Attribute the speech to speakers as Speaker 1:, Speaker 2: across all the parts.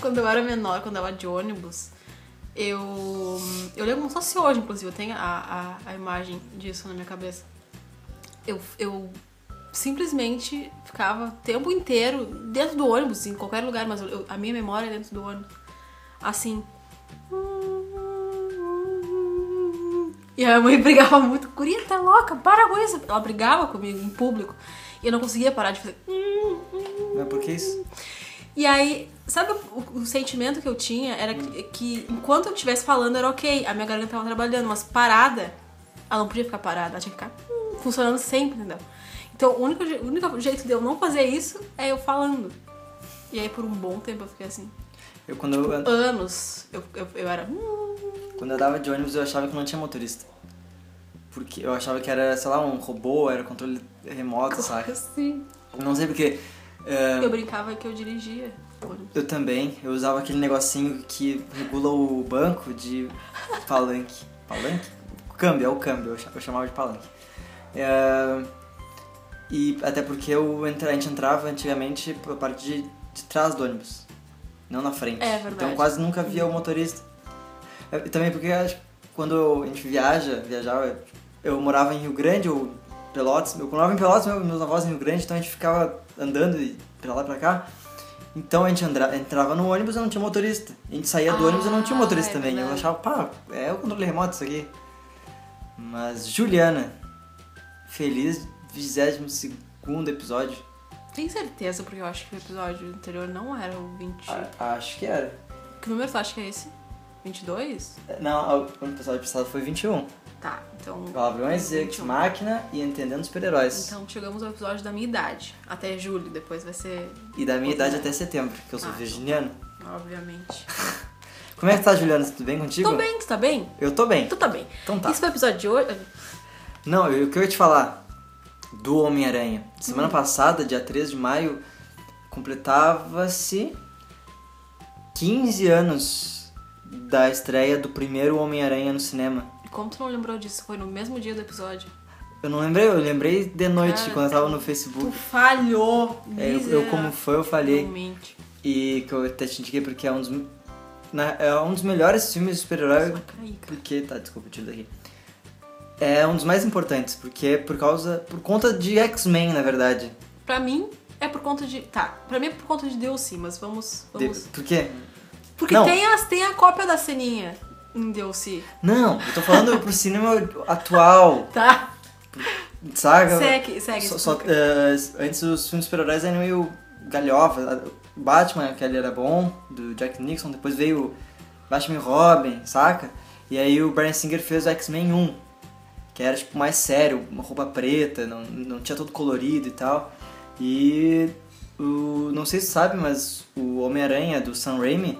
Speaker 1: quando eu era menor, quando eu era de ônibus, eu. Eu lembro como se fosse hoje, inclusive, eu tenho a, a, a imagem disso na minha cabeça. Eu, eu simplesmente ficava o tempo inteiro dentro do ônibus, em qualquer lugar, mas eu- a minha memória é dentro do ônibus. Assim. E a minha mãe brigava muito. Curia, tá louca, para com isso. Ela brigava comigo em público. E eu não conseguia parar de fazer.
Speaker 2: Mas por que isso?
Speaker 1: E aí, sabe o, o sentimento que eu tinha era que, que enquanto eu estivesse falando era ok, a minha garganta tava trabalhando, mas parada, ela não podia ficar parada, ela tinha que ficar hum, funcionando sempre, entendeu? Então o único, je- o único jeito de eu não fazer isso é eu falando. E aí por um bom tempo eu fiquei assim.
Speaker 2: Eu quando, eu,
Speaker 1: Anos eu, eu, eu era. hum,
Speaker 2: quando eu andava de ônibus, eu achava que não tinha motorista. Porque eu achava que era, sei lá, um robô, era controle remoto, saca?
Speaker 1: assim.
Speaker 2: Não sei porque. é,
Speaker 1: Eu brincava que eu dirigia.
Speaker 2: Eu também, eu usava aquele negocinho que regula o banco de palanque. Palanque? Câmbio, é o câmbio, eu cha- eu chamava de palanque. É, E até porque eu entra- a gente entrava antigamente pela parte de, de trás do ônibus, não na frente.
Speaker 1: É verdade.
Speaker 2: Então quase nunca via o motorista. É, E também porque acho que quando a gente viaja, viajava, eu morava em Rio Grande ou Pelotas, eu morava em Pelotas, meu- meus avós em Rio Grande, então a gente ficava andando e pra lá e pra cá. Então a gente andra- entrava no ônibus e não tinha motorista. A gente saía do
Speaker 1: Ah,
Speaker 2: ônibus e não tinha motorista
Speaker 1: é
Speaker 2: também. Eu
Speaker 1: verdade.
Speaker 2: achava, pá, é o controle remoto isso aqui. Mas Juliana, feliz 22 episódio.
Speaker 1: Tem certeza, porque eu acho que o episódio anterior não era o 20.
Speaker 2: A- Ah, acho que era.
Speaker 1: Que número tu acha que é esse? 22?
Speaker 2: Não, o episódio passado foi 21.
Speaker 1: Tá, então.
Speaker 2: Palavrões, Ex
Speaker 1: 21.
Speaker 2: Máquina e Entendendo Super-Heróis.
Speaker 1: Então chegamos ao episódio da minha idade. Até julho, depois vai ser,
Speaker 2: E da minha idade até setembro, que eu sou
Speaker 1: Ah,
Speaker 2: virginiano.
Speaker 1: obviamente.
Speaker 2: Como é que tá, Juliana? Tudo bem contigo?
Speaker 1: Tô bem, tu tá bem?
Speaker 2: Eu tô bem.
Speaker 1: Tu tá bem.
Speaker 2: Então tá.
Speaker 1: Isso foi o episódio de hoje.
Speaker 2: Não, eu- o que eu ia te falar do Homem-Aranha. Semana passada, dia 3 de maio, completava-se 15 anos da estreia do primeiro Homem-Aranha no cinema.
Speaker 1: Como tu não lembrou disso? Foi no mesmo dia do episódio.
Speaker 2: Eu não lembrei, eu lembrei de noite
Speaker 1: Cara,
Speaker 2: quando eu tava
Speaker 1: tu-
Speaker 2: no
Speaker 1: Tu
Speaker 2: Facebook.
Speaker 1: falhou!
Speaker 2: É, eu, eu, como fã, eu falhei.
Speaker 1: Realmente.
Speaker 2: E que eu até te indiquei porque é um dos, me- na- é um dos melhores filmes de super-herói Porque, tá, desculpa, tiro daqui. É um dos mais importantes, porque é por causa. Por conta de X-Men, na verdade.
Speaker 1: Pra mim, é por conta de. Tá, pra mim é por conta de Deus sim, mas vamos.
Speaker 2: De,
Speaker 1: vamos.
Speaker 2: por quê?
Speaker 1: Porque
Speaker 2: Não.
Speaker 1: tem, as, tem a cópia da ceninha em DLC,
Speaker 2: Não, eu tô falando pro cinema atual,
Speaker 1: tá?
Speaker 2: saga.
Speaker 1: Segue, segue.
Speaker 2: Só- só,
Speaker 1: explica.
Speaker 2: eh, antes os filmes de super-heróis eram meio galhofa. Batman, aquele era bom, do Jack Nixon. Depois veio Batman e Robin, saca? E aí o Bryan Singer fez o X-Men 1, que era tipo mais sério, uma roupa preta, não, não tinha todo colorido e tal. E o, não sei se você sabe, mas o Homem-Aranha do Sam Raimi,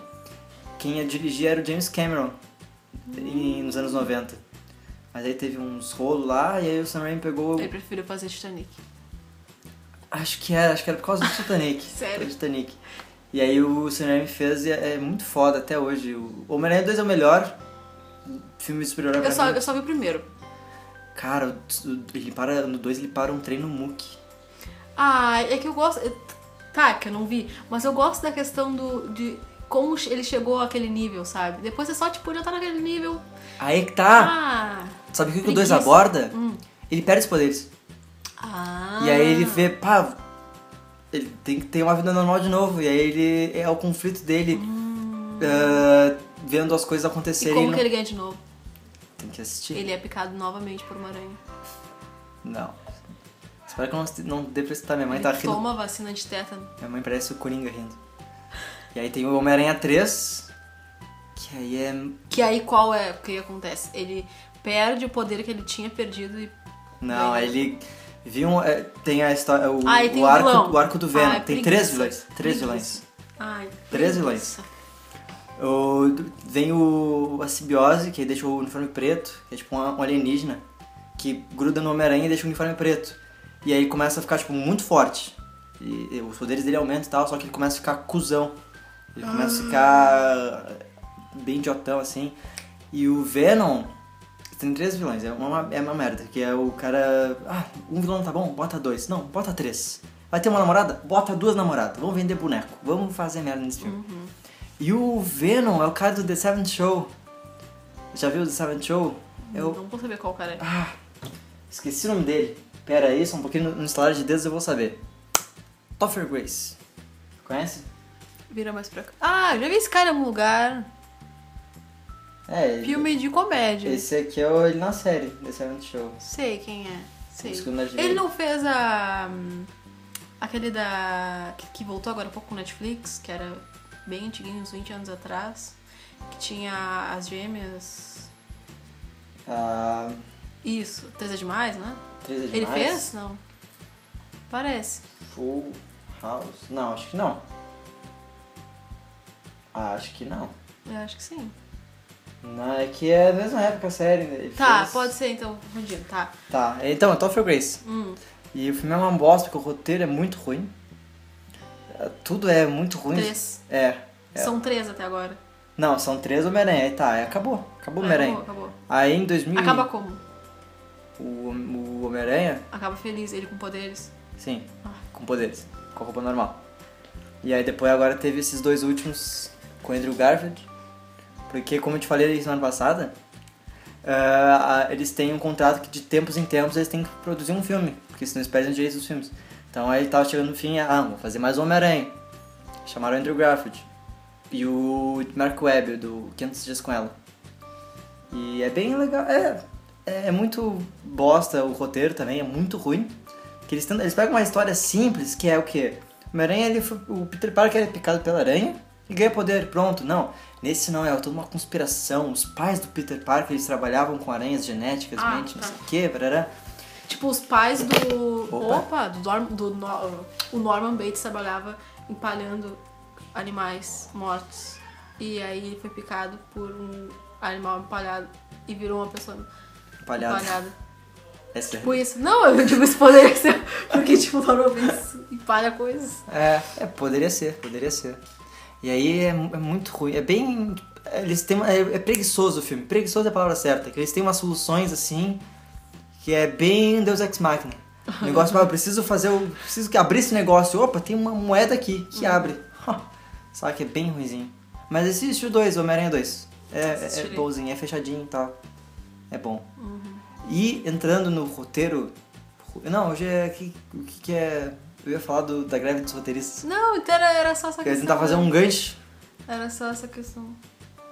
Speaker 2: quem a dirigia era o James Cameron em- nos anos 90. Mas aí teve uns rolos lá e aí o Sam Raimi pegou
Speaker 1: Eu prefiro fazer Titanic.
Speaker 2: Acho que era, acho que era por causa do Titanic.
Speaker 1: Sério?
Speaker 2: Do Titanic. E aí o cinema fez e é é muito foda até hoje. O Homem-Aranha 2 é o melhor filme superior pra
Speaker 1: Eu só,
Speaker 2: mim.
Speaker 1: eu só vi o primeiro.
Speaker 2: Cara, o- o- ele para, no 2 ele para um trem no Mook.
Speaker 1: Ah, é que eu gosto. eu- Tá, que eu não vi, mas eu gosto da questão do. de como che- ele chegou àquele nível, sabe? Depois você só, tipo, já tá naquele nível.
Speaker 2: Aí que tá!
Speaker 1: Ah!
Speaker 2: Sabe o que, que o 2
Speaker 1: preguiça.
Speaker 2: aborda?
Speaker 1: Hum.
Speaker 2: Ele perde os poderes.
Speaker 1: Ah!
Speaker 2: E aí ele vê, pá, ele tem que ter uma vida normal de novo. E aí ele é o conflito dele. ah, vendo as coisas
Speaker 1: E
Speaker 2: acontecerem.
Speaker 1: como
Speaker 2: não-
Speaker 1: que ele ganha de novo?
Speaker 2: Tem que assistir.
Speaker 1: Ele é picado novamente por uma aranha.
Speaker 2: Não. Espero que eu não, se- não dê pra citar. Minha mãe
Speaker 1: ele
Speaker 2: tá rindo.
Speaker 1: toma a vacina de tétano.
Speaker 2: Minha mãe parece o Coringa rindo. E aí tem o Homem-Aranha 3, que aí é.
Speaker 1: Que aí qual é o que acontece? Ele perde o poder que ele tinha perdido e.
Speaker 2: Não,
Speaker 1: Bem.
Speaker 2: ele. Viu um, é, tem a história. O,
Speaker 1: Ah, e tem
Speaker 2: o
Speaker 1: o
Speaker 2: arco,
Speaker 1: vilão.
Speaker 2: o arco do Venom.
Speaker 1: Ah, é
Speaker 2: tem três
Speaker 1: preguiça.
Speaker 2: vilões. Três
Speaker 1: Preguiça.
Speaker 2: vilões.
Speaker 1: Ai.
Speaker 2: Três vilões.
Speaker 1: preguiça.
Speaker 2: O, vem o, a simbiose, que aí deixa o uniforme preto, que é tipo um, um alienígena, que gruda no Homem-Aranha e deixa o uniforme preto. E aí começa a ficar, tipo, muito forte. E, e os poderes dele aumentam e tal, só que ele começa a ficar cuzão. Ele começa a ficar bem idiotão, assim. E o Venom... Tem três vilões, é uma, é uma merda. Que é o cara... Ah, um vilão não tá bom? Bota dois. Não, bota três. Vai ter uma namorada? Bota duas namoradas. Vamos vender boneco. Vamos fazer merda nesse filme. E o Venom é o cara do The Seventh Show. Já viu o The Seventh Show? É o.
Speaker 1: Não vou saber qual cara é.
Speaker 2: Ah, esqueci o nome dele. Pera aí, só um pouquinho no- no estalar de dedos eu vou saber. Topher Grace. Conhece?
Speaker 1: Vira mais pra cá. Ah, eu já vi esse cara em algum lugar.
Speaker 2: É, ele-
Speaker 1: Filme de comédia.
Speaker 2: Esse aqui é o, ele na série, The Seventh Show.
Speaker 1: Sei quem é. Sei.
Speaker 2: Discriminar de
Speaker 1: Ele
Speaker 2: gay.
Speaker 1: não fez a. hum, aquele da. que- que voltou agora há pouco com Netflix, que era bem antiguinho, uns 20 anos atrás. Que tinha as gêmeas.
Speaker 2: Ah,
Speaker 1: Isso, três é demais, né?
Speaker 2: Três é
Speaker 1: Ele
Speaker 2: demais.
Speaker 1: fez? Não. Parece.
Speaker 2: Full House. Não, acho que não. Ah, acho que não.
Speaker 1: Eu acho que sim.
Speaker 2: Não, é que é a mesma época a série. né? Ele
Speaker 1: Tá,
Speaker 2: fez-
Speaker 1: pode ser então, confundido, tá.
Speaker 2: Tá, então, é Topher Grace.
Speaker 1: Hum.
Speaker 2: E o filme é uma bosta, porque o roteiro é muito ruim. É, Tudo é muito ruim.
Speaker 1: Três.
Speaker 2: É. É.
Speaker 1: São três até agora.
Speaker 2: Não, são três Homem-Aranha. Aí Tá, aí acabou. Acabou o
Speaker 1: acabou,
Speaker 2: Homem-Aranha.
Speaker 1: acabou.
Speaker 2: Aí em 2000...
Speaker 1: Acaba como?
Speaker 2: O, o Homem-Aranha,
Speaker 1: Acaba feliz, ele com poderes.
Speaker 2: sim,
Speaker 1: Ah.
Speaker 2: com poderes. Com a roupa normal. E aí depois agora teve esses dois últimos com o Andrew Garfield. Porque, como eu te falei semana passada, ah, a- eles têm um contrato que de tempos em tempos eles têm que produzir um filme. Porque senão eles perdem os direitos dos filmes. Então aí tava chegando no fim, ah, vou fazer mais Homem-Aranha. Chamaram o Andrew Garfield. E o Mark Webb, do 500 Dias com Ela. E é bem legal. É, é muito bosta o roteiro também, é muito ruim. Que eles, tentam- eles pegam uma história simples, que é o quê? O Homem-Aranha, ele foi- o Peter Parker é picado pela aranha e ganha poder, pronto. Não, nesse não, é toda uma conspiração. Os pais do Peter Parker, eles trabalhavam com aranhas genéticas,
Speaker 1: Ah,
Speaker 2: mente, não
Speaker 1: tá.
Speaker 2: sei o quê, brará.
Speaker 1: Tipo, os pais do.
Speaker 2: Opa.
Speaker 1: Opa, do, Norm, do No- o Norman Bates trabalhava empalhando animais mortos. E aí ele foi picado por um animal empalhado e virou uma pessoa
Speaker 2: Palhaço.
Speaker 1: empalhada.
Speaker 2: É sério.
Speaker 1: Tipo isso. Não, eu digo isso poderia ser. Porque, tipo, o Norman Bates empalha coisas.
Speaker 2: É, é, poderia ser, poderia ser. E aí é, mu- é muito ruim, é bem. Eles têm, uma- é, é preguiçoso o filme, preguiçoso é a palavra certa, que eles têm umas soluções assim, que é bem Deus Ex Machina. O negócio, ah, eu preciso fazer, eu preciso que abrir esse negócio. Opa, tem uma moeda aqui que abre. Sabe que é bem ruimzinho. Mas existe o 2, Homem-Aranha 2. É, é, é
Speaker 1: Assistirei.
Speaker 2: bonzinho, é fechadinho e tal. É bom. E entrando no roteiro. Não, hoje é. que- O que, que é. Eu ia falar do- da greve dos roteiristas.
Speaker 1: Não, então era, era só essa
Speaker 2: Eu ia
Speaker 1: questão.
Speaker 2: tentar fazer um gancho.
Speaker 1: Era só essa questão.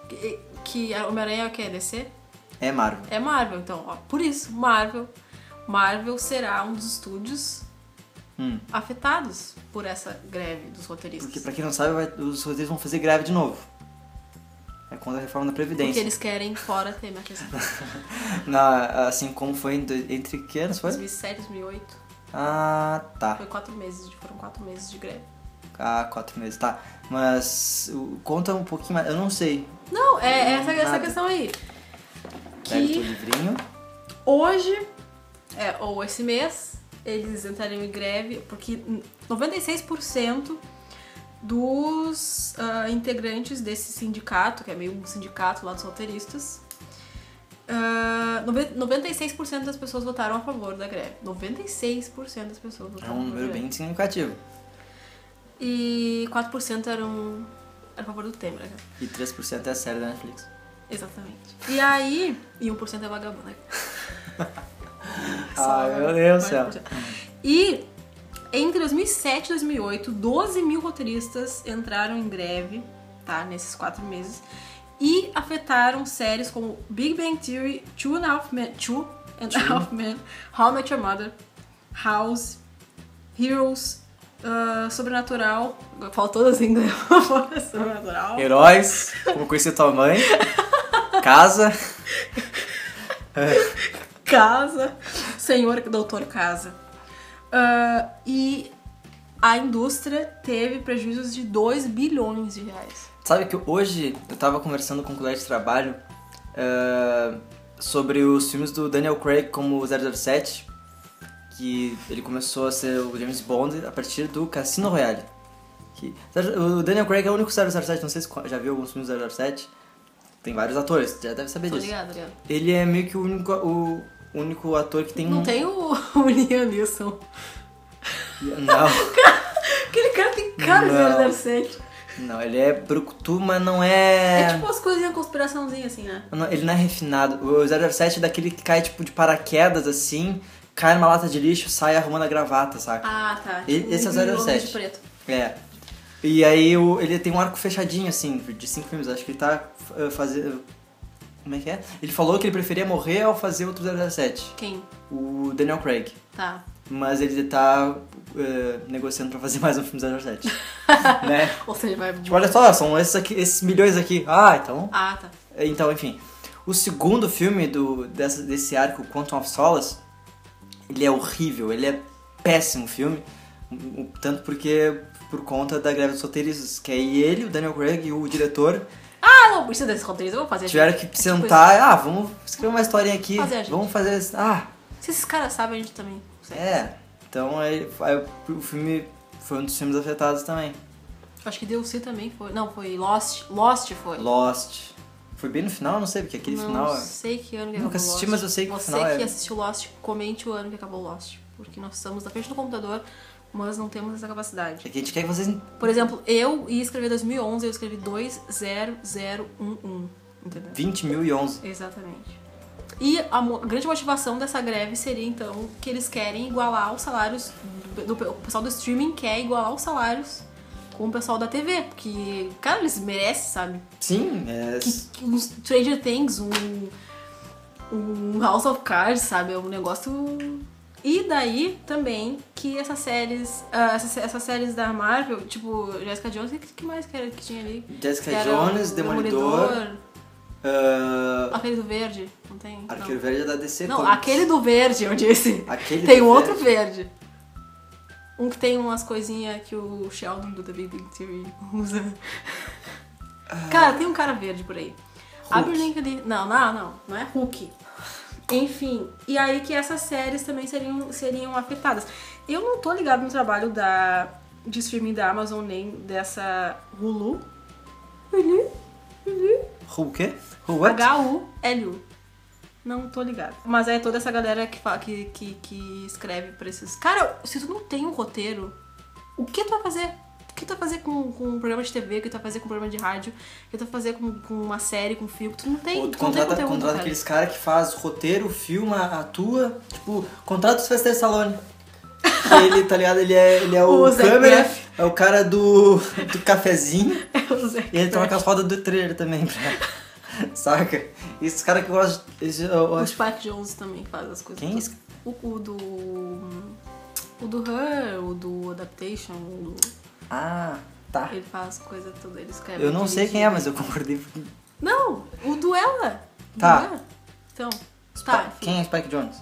Speaker 1: Que, que a Homem-Aranha é o quê? DC?
Speaker 2: É Marvel.
Speaker 1: É Marvel, então, ó. Por isso, Marvel. Marvel será um dos estúdios
Speaker 2: Hum.
Speaker 1: afetados por essa greve dos
Speaker 2: Porque
Speaker 1: roteiristas.
Speaker 2: pra quem não sabe, vai- os roteiristas vão fazer greve de novo. É contra a reforma da
Speaker 1: Porque
Speaker 2: Previdência.
Speaker 1: eles querem fora tema que
Speaker 2: Na- assim como foi em do- entre que anos foi?
Speaker 1: 2007, 2008.
Speaker 2: Ah, tá.
Speaker 1: Foi quatro meses, de- foram quatro meses de greve.
Speaker 2: Ah, quatro meses, tá. Mas o- conta um pouquinho mais. Eu não sei.
Speaker 1: Não, é essa, essa
Speaker 2: Nada.
Speaker 1: questão aí.
Speaker 2: Pega o teu
Speaker 1: Que
Speaker 2: livrinho.
Speaker 1: hoje, é, ou esse mês, eles entrariam em greve, porque 96% dos ah, integrantes desse sindicato, que é meio um sindicato lá dos roteiristas, ah, noven- 96% das pessoas votaram a favor da greve. 96% das pessoas
Speaker 2: É
Speaker 1: votaram
Speaker 2: um
Speaker 1: a favor da
Speaker 2: número
Speaker 1: greve.
Speaker 2: bem significativo.
Speaker 1: E 4% eram, eram a favor do Temer, né?
Speaker 2: E 3% é a série da Netflix.
Speaker 1: Exatamente. E aí. E 1% é vagabundo. né?
Speaker 2: Ah, meu Deus do céu.
Speaker 1: 4%. um E entre 2007 e 2008, 12 mil roteiristas entraram em greve, tá? Nesses quatro meses. E afetaram séries como Big Bang Theory, Two and a Half Men, Two and a Half Men, How I Met Your Mother, House, Heroes, ah, Sobrenatural. Faltou todas em inglês. Sobrenatural.
Speaker 2: Heróis, como conhecer tua mãe. Casa.
Speaker 1: Casa, senhor doutor Casa. Ah, e a indústria teve prejuízos de 2 bilhões de reais.
Speaker 2: Sabe que hoje eu tava conversando com um colega de trabalho eh, sobre os filmes do Daniel Craig como 007, que ele começou a ser o James Bond a partir do Cassino Royale. Que- o Daniel Craig é o único 007, não sei se co- já viu alguns filmes do 007, tem vários atores, já deve saber
Speaker 1: Tô
Speaker 2: disso.
Speaker 1: ligado, ligado.
Speaker 2: Ele é meio que o único, o único ator que tem
Speaker 1: Não
Speaker 2: um...
Speaker 1: tem o, o Liam Neeson.
Speaker 2: Não,
Speaker 1: Aquele cara tem cara
Speaker 2: Não.
Speaker 1: de 007.
Speaker 2: Não, ele é brucutu, mas não é...
Speaker 1: É tipo umas coisinhas, conspiraçãozinha assim, né?
Speaker 2: Não, ele não é refinado. O 007 é daquele que cai, tipo, de paraquedas, assim, cai numa lata de lixo, sai arrumando a gravata, saca?
Speaker 1: Ah, tá.
Speaker 2: E- esse é o
Speaker 1: Homem de
Speaker 2: 07.
Speaker 1: preto.
Speaker 2: É. E aí o- ele tem um arco fechadinho, assim, de cinco filmes. Acho que ele tá eh, fazendo... Como é que é? Ele falou que ele preferia morrer ao fazer outro 007.
Speaker 1: Quem?
Speaker 2: O Daniel Craig.
Speaker 1: Tá.
Speaker 2: Mas ele tá eh, negociando pra fazer mais um filme 007. né?
Speaker 1: Ou seja, vai...
Speaker 2: Tipo, olha só, são esses, aqui, esses milhões aqui. Ah, então...
Speaker 1: Ah, tá.
Speaker 2: Então, enfim. O segundo filme do, dessa- desse arco, Quantum of Solace, ele é horrível, ele é péssimo filme. um- um- Tanto porque por conta da greve dos roteiristas, que aí ele, o Daniel Craig e o diretor
Speaker 1: Ah, não precisa desse roteiro, eu vou fazer.
Speaker 2: tiveram que sentar, ah, vamos escrever uma historinha aqui,
Speaker 1: Fazer a gente."
Speaker 2: vamos fazer, esse- ah,
Speaker 1: Se esses caras sabem, a gente também. não sei.
Speaker 2: é. Então aí, aí o filme foi um dos filmes afetados também.
Speaker 1: Acho que DLC também foi. Não, foi Lost. Lost foi.
Speaker 2: Lost. Foi bem no final, não sei, porque aquele
Speaker 1: não
Speaker 2: final é-
Speaker 1: sei que ano que
Speaker 2: Nunca
Speaker 1: acabou
Speaker 2: assisti,
Speaker 1: Lost.
Speaker 2: mas eu sei que o
Speaker 1: Você
Speaker 2: final é-
Speaker 1: que assistiu Lost, comente o ano que acabou Lost. Porque nós estamos na frente do computador, mas não temos essa capacidade.
Speaker 2: é que a gente quer que vocês
Speaker 1: Por exemplo, eu ia escrever 2011, eu escrevi 20011. Entendeu?
Speaker 2: 20.011.
Speaker 1: Exatamente. E a mo- a grande motivação dessa greve seria, então, que eles querem igualar os salários. Do, do- o pessoal do streaming quer igualar os salários com o pessoal da TV. Porque, cara, eles merecem, sabe?
Speaker 2: Sim, é...
Speaker 1: Que, que uns Stranger Things, um, um House of Cards, sabe? É um negócio. E daí também que essas séries. ah, essas, essas séries da Marvel, tipo, Jessica Jones, o que, que mais que, era, que tinha ali?
Speaker 2: Jessica
Speaker 1: Que era um
Speaker 2: Jones,
Speaker 1: o
Speaker 2: Demolidor, ah,
Speaker 1: Aquele do verde, não tem? Não.
Speaker 2: Arqueiro Verde é da DC
Speaker 1: Não,
Speaker 2: Comics.
Speaker 1: aquele do verde, eu disse.
Speaker 2: Aquele
Speaker 1: tem
Speaker 2: do
Speaker 1: um outro
Speaker 2: verde.
Speaker 1: verde. Um que tem umas coisinhas que o Sheldon do The Big Bang Theory usa.
Speaker 2: Ah.
Speaker 1: Cara, tem um cara verde por aí. Abre o link ali. Não, não, não. Não é Hulk. Enfim, e aí que essas séries também seriam, seriam afetadas. Eu não tô ligada no trabalho da, de streaming da Amazon nem dessa Hulu. Hulu? Hulu?
Speaker 2: Who o quê? Who what?
Speaker 1: H-U-L-U. Não tô ligada. Mas é toda essa galera que, fala, que, que, que escreve pra esses. Cara, se tu não tem um roteiro, o que tu vai fazer? O que tu vai fazer com, com um programa de TV? O que tu vai fazer com um programa de rádio? O que tu vai fazer com, com uma série, com um filme? Tu não tem.
Speaker 2: Ou
Speaker 1: tu
Speaker 2: tu
Speaker 1: não tem
Speaker 2: contrata,
Speaker 1: conteúdo,
Speaker 2: contrata
Speaker 1: cara.
Speaker 2: aqueles caras que faz roteiro, filma, atua. Tipo, contrata o Sylvester Stallone. Que ele, tá ligado? Ele é, ele é o,
Speaker 1: O Zac
Speaker 2: câmera,
Speaker 1: Braff.
Speaker 2: é o cara do, do cafezinho.
Speaker 1: É o Zé
Speaker 2: E ele troca
Speaker 1: Crack.
Speaker 2: as rodas do trailer também. pra- Saca? E esses caras que gostam... Esse, eu
Speaker 1: O
Speaker 2: acho
Speaker 1: Spike Jones também faz as coisas.
Speaker 2: Quem é esse?
Speaker 1: O, o do. O do Her, o do Adaptation, o do-
Speaker 2: Ah, tá.
Speaker 1: ele faz coisa toda, ele escreve.
Speaker 2: Eu não sei
Speaker 1: dirige.
Speaker 2: quem é, mas eu concordei. porque-
Speaker 1: Não, o duela.
Speaker 2: Tá.
Speaker 1: Então, tá. enfim.
Speaker 2: Quem é Spike Jones?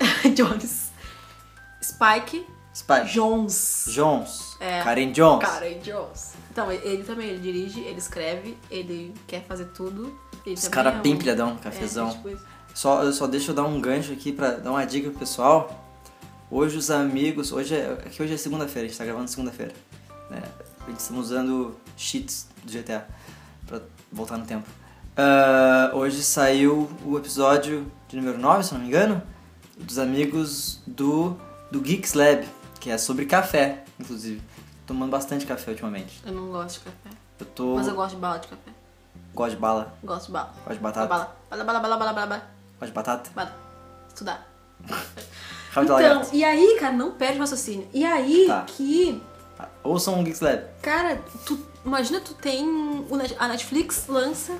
Speaker 1: Jones. Spike
Speaker 2: Spike.
Speaker 1: Jones.
Speaker 2: Jones.
Speaker 1: É.
Speaker 2: Karen Jones.
Speaker 1: Cara, e Jones. Então, ele também, ele dirige, ele escreve, ele quer fazer tudo. Ele
Speaker 2: Esse
Speaker 1: também
Speaker 2: cara
Speaker 1: é um-
Speaker 2: bem pilhadão,
Speaker 1: é,
Speaker 2: cafezão.
Speaker 1: é tipo isso.
Speaker 2: Só, eu só deixa eu dar um gancho aqui pra dar uma dica pro pessoal. Hoje os amigos. Hoje é, é que hoje é segunda-feira, a gente tá gravando segunda-feira. né? A gente estamos usando cheats do GTA pra voltar no tempo. Ah, hoje saiu o episódio de número 9, se não me engano, dos amigos do, do Geeks Lab, que é sobre café, inclusive. Tomando bastante café ultimamente.
Speaker 1: Eu não gosto de café.
Speaker 2: Eu tô.
Speaker 1: Mas eu gosto de bala de café.
Speaker 2: Gosto de bala,
Speaker 1: Gosto de bala.
Speaker 2: gosto de batata,
Speaker 1: Bala. Bala, bala, bala, bala, bala, bala.
Speaker 2: gosto de batata.
Speaker 1: Bala. Estudar.
Speaker 2: Rabo de lagarto.
Speaker 1: Então, e aí, cara, não perde o raciocínio. E aí
Speaker 2: Tá.
Speaker 1: que
Speaker 2: Ah, Ouçam o Geeks Lab.
Speaker 1: Cara, tu, imagina tu tem. o Net- A Netflix lança.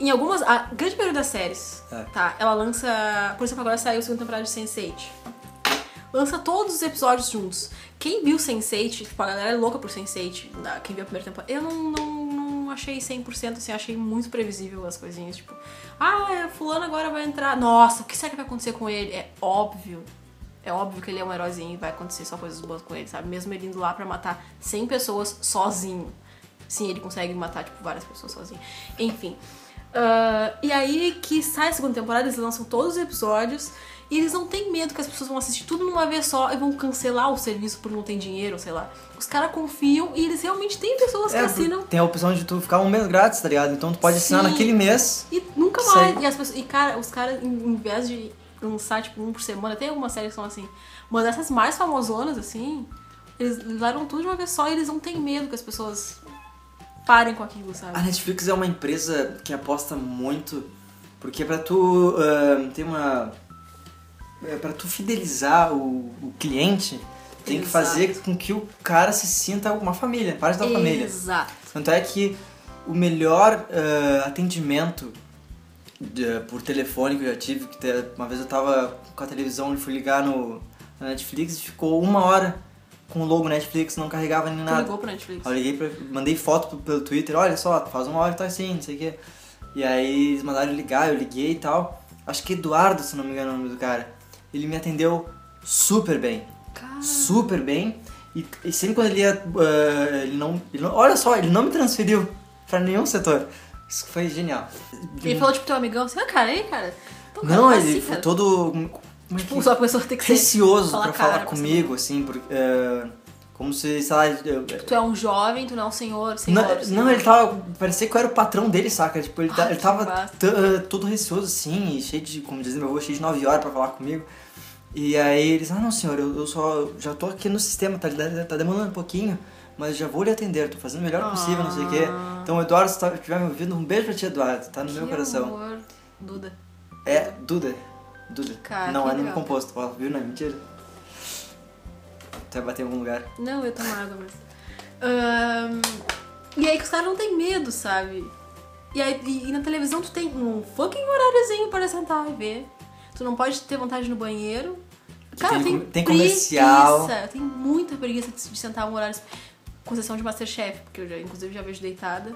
Speaker 1: Em algumas. A grande maioria das séries.
Speaker 2: É.
Speaker 1: Tá? Ela lança. Por exemplo, agora saiu a segunda temporada de Sense8. Lança todos os episódios juntos. Quem viu Sense8, tipo, a galera é louca por Sense8. da- Quem viu a primeira temporada. Eu não, não, não achei 100%, assim, achei muito previsível as coisinhas. Tipo, ah, fulano agora vai entrar. Nossa, o que será que vai acontecer com ele? É óbvio. É óbvio que ele é um heróizinho e vai acontecer só coisas boas com ele, sabe? Mesmo ele indo lá pra matar 100 pessoas sozinho. Sim, ele consegue matar, tipo, várias pessoas sozinho. Enfim. Ah, e aí que sai a segunda temporada, eles lançam todos os episódios. E eles não têm medo que as pessoas vão assistir tudo numa vez só e vão cancelar o serviço por não ter dinheiro, sei lá. Os caras confiam e eles realmente têm pessoas que
Speaker 2: É,
Speaker 1: assinam
Speaker 2: Tem a opção de tu ficar um mês grátis, tá ligado? Então tu pode assinar
Speaker 1: Sim.
Speaker 2: naquele mês.
Speaker 1: E nunca
Speaker 2: Isso
Speaker 1: mais.
Speaker 2: aí.
Speaker 1: E, as pessoas, e cara, os caras, em, em vez de lançar, tipo, um por semana, tem algumas séries que são assim. Mas essas mais famosonas, assim, eles largam tudo de uma vez só e eles não têm medo que as pessoas parem com aquilo, sabe?
Speaker 2: A Netflix é uma empresa que aposta muito, porque é pra tu ah, ter uma. é, Pra tu fidelizar o, o cliente, tem que
Speaker 1: Exato.
Speaker 2: fazer com que o cara se sinta uma família, parte da família.
Speaker 1: Exato.
Speaker 2: Tanto é que o melhor ah, atendimento de- por telefone que eu já tive, que te- uma vez eu tava com a televisão e fui ligar no, na Netflix e ficou uma hora com o logo Netflix, não carregava nem
Speaker 1: Tu
Speaker 2: nada.
Speaker 1: ligou pra Netflix.
Speaker 2: Aí Eu liguei pra, mandei foto pro- pelo Twitter, olha só, faz uma hora que tá assim, não sei o quê. E aí eles mandaram ligar, eu liguei e tal. Acho que Eduardo, se não me engano é o nome do cara. Ele me atendeu super bem.
Speaker 1: Cara,
Speaker 2: Super bem. E, e sempre quando ele ia. ah, ele, não, ele não- Olha só, ele não me transferiu pra nenhum setor. Isso foi genial.
Speaker 1: ele falou, tipo, teu amigão, assim, ah, cara, aí, cara. Então, cara,
Speaker 2: não,
Speaker 1: tá
Speaker 2: ele
Speaker 1: assim,
Speaker 2: foi
Speaker 1: cara.
Speaker 2: todo. Como é que-
Speaker 1: Tipo, só a pessoa tem que ser...
Speaker 2: receoso
Speaker 1: falar
Speaker 2: pra
Speaker 1: cara,
Speaker 2: falar
Speaker 1: pra ser-
Speaker 2: comigo, assim, porque. ah, como se, sei lá. eu-
Speaker 1: Tu é um jovem, tu não é um senhor, senhor.
Speaker 2: Não,
Speaker 1: senhor.
Speaker 2: não, ele tá tava. Parecia que eu era o patrão dele, saca? Tipo, ele, ta-
Speaker 1: Ah,
Speaker 2: ele
Speaker 1: que
Speaker 2: tava
Speaker 1: massa.
Speaker 2: t- eh, todo receoso assim, e cheio de, como dizia meu avô, cheio de 9 horas pra falar comigo. E aí eles, ah não senhor, eu, eu só já tô aqui no sistema, tá, de- tá demorando um pouquinho, mas já vou lhe atender, tô fazendo o melhor possível, não sei o quê.
Speaker 1: Ah.
Speaker 2: Então, Eduardo, se tá- estiver me ouvindo, um beijo pra ti, Eduardo, tá no meu
Speaker 1: Que
Speaker 2: coração.
Speaker 1: amor, Duda.
Speaker 2: É Duda. Duda.
Speaker 1: Cara,
Speaker 2: não,
Speaker 1: que
Speaker 2: é nome
Speaker 1: legal.
Speaker 2: composto, ó, viu? Não é mentira. Tu vai bater em algum lugar.
Speaker 1: Não, eu tomo água mesmo. Ahn, e aí que os caras não tem medo, sabe? E aí e- e na televisão tu tem um fucking horáriozinho para sentar e ver. Tu não pode ter vontade no banheiro. Cara,
Speaker 2: tem
Speaker 1: tem,
Speaker 2: com- tem comercial.
Speaker 1: Preguiça. Eu tenho muita preguiça de, de sentar um horário. Com exceção de Masterchef, porque eu já, inclusive já vejo deitada